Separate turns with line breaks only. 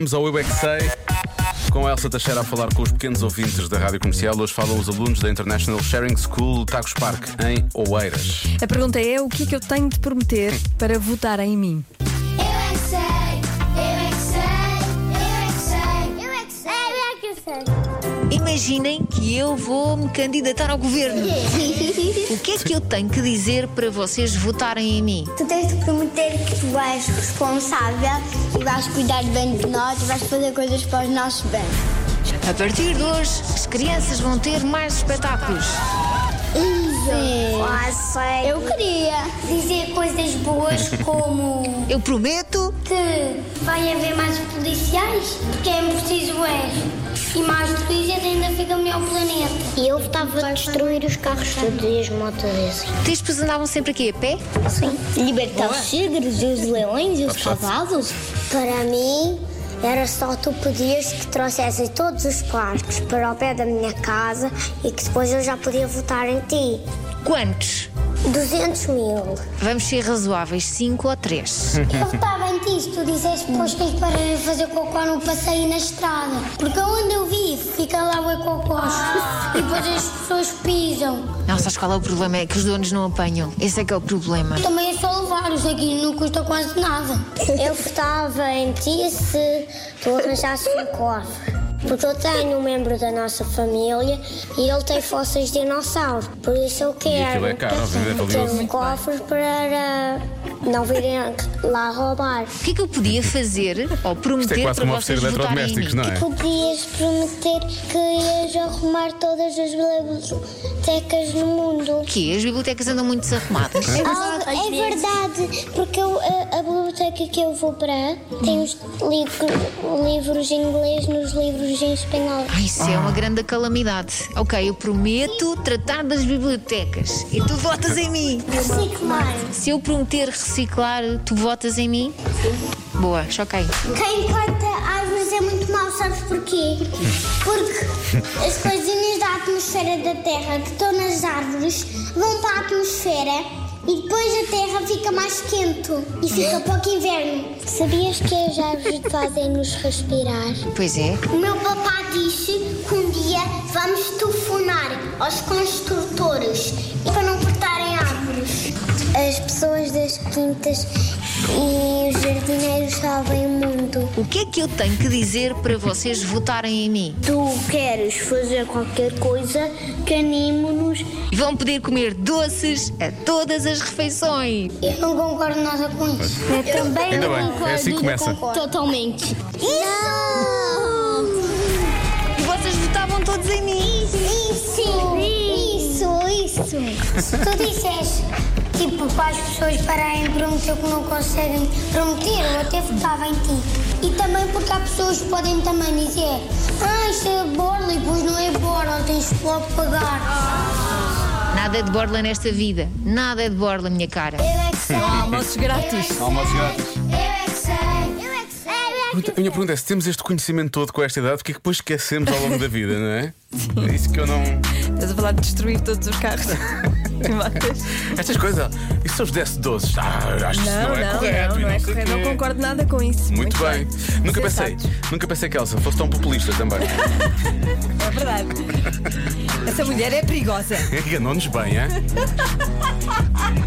Vamos ao Eu é Que Sei, com a Elsa Teixeira a falar com os pequenos ouvintes da Rádio Comercial. Hoje falam os alunos da International Sharing School Tacos Park, em Oeiras.
A pergunta é o que é que eu tenho de prometer para votarem em mim?
Eu é que sei, eu é que sei, eu é que sei, eu é que sei, eu é que sei, eu
Imaginem que eu vou me candidatar ao governo.
é que sei.
O que é que eu tenho que dizer para vocês votarem em mim?
Tu tens de prometer que tu és responsável e vais cuidar bem de nós e vais fazer coisas para os nossos bens.
A partir de hoje, as crianças vão ter mais espetáculos.
Sim. Ah, sei. Eu queria dizer coisas boas como
Eu prometo.
que vai haver mais policiais, porque é preciso é. E mais polícias ainda fica melhor o planeta. E eu estava a destruir os carros todos e as motos assim.
Tispas andavam sempre aqui a pé?
Libertar os tigres, os leões e os cavalos? Para mim, era só tu pedias que trouxessem todos os parques para o pé da minha casa e que depois eu já podia votar em ti.
Quantos?
200 mil.
Vamos ser razoáveis, cinco ou três.
Eu votava em ti se tu disseste para os cães para fazer cocó no passeio e na estrada. Porque onde eu vivo, fica lá o cocó. E depois as pessoas pisam.
Não, sabes qual é o problema? É que os donos não apanham. Esse é que é o problema.
Também é só levar, isso aqui não custa quase nada. Eu votava em ti se tu arranjasse um cofre. Porque eu tenho um membro da nossa família e ele tem fósseis de dinossauro. Por isso eu quero
aquilo é caro, obviamente, é
ter
valioso.
um cofre para não virem lá roubar.
O que é que eu podia fazer ou
Isto
prometer
é quase
para
como oferecer
vocês votarem em mim?
eletrodomésticos, não é?
Podias prometer que ias arrumar todas as bibliotecas no mundo.
O
é?
quê? é, As bibliotecas andam muito desarrumadas.
Ah, é verdade, porque eu, a, a biblioteca que eu vou para tem os livros, livros em inglês nos livros em espanhol.
Ah, isso é uma grande calamidade. Ok, eu prometo tratar das bibliotecas. E tu votas em mim.
Reciclar.
Se eu prometer reciclar, tu votas em mim? Sim. Boa, choquei.
Quem corta árvores é muito mau, sabes porquê? Porque as coisinhas da atmosfera da Terra que estão nas árvores vão para a atmosfera e depois a Terra fica mais quente e fica pouco inverno. Sabias que as árvores fazem nos respirar?
Pois é.
O meu papá disse que um dia vamos telefonar aos construtores para não cortarem árvores. As pessoas das quintas e os jardineiros salvem o mundo.
O que é que eu tenho que dizer para vocês votarem em mim?
Tu queres fazer qualquer coisa que anime-nos.
E vão poder comer doces a todas as refeições.
Eu não concordo nada com isso. Eu também
Ainda não bem, é concordo, assim que não começa. concordo.
Totalmente. Isso!
E vocês votavam todos em mim.
Isso, isso, isso. Se tu disseste, tipo, para as pessoas pararem de prometer o que não conseguem prometer, eu até votava em ti. E também porque há pessoas que podem também dizer, ah, isto é borla e depois não é borla, tens que logo pagar.
Nada é de borla nesta vida. Nada é de borla, minha cara.
Eu é que sei.
Almoços grátis.
Almoço grátis.
Eu é que sei. Eu é que sei. Eu é
A minha pergunta é: se temos este conhecimento todo com esta idade, porque é que depois esquecemos ao longo da vida, não é? É isso que eu não.
Estás a falar de destruir todos os carros.
Estas coisas. E se eu vos desse doces? Ah, acho que isso não,
não,
é
não,
correto.
não,
e
não é
sei
correto.
quê.
Não concordo nada com isso.
Muito, bem. Nunca pensei,
Sensatos.
nunca pensei que Elsa fosse tão populista também.
É verdade. Essa mulher é perigosa.
Enganou-nos bem, é?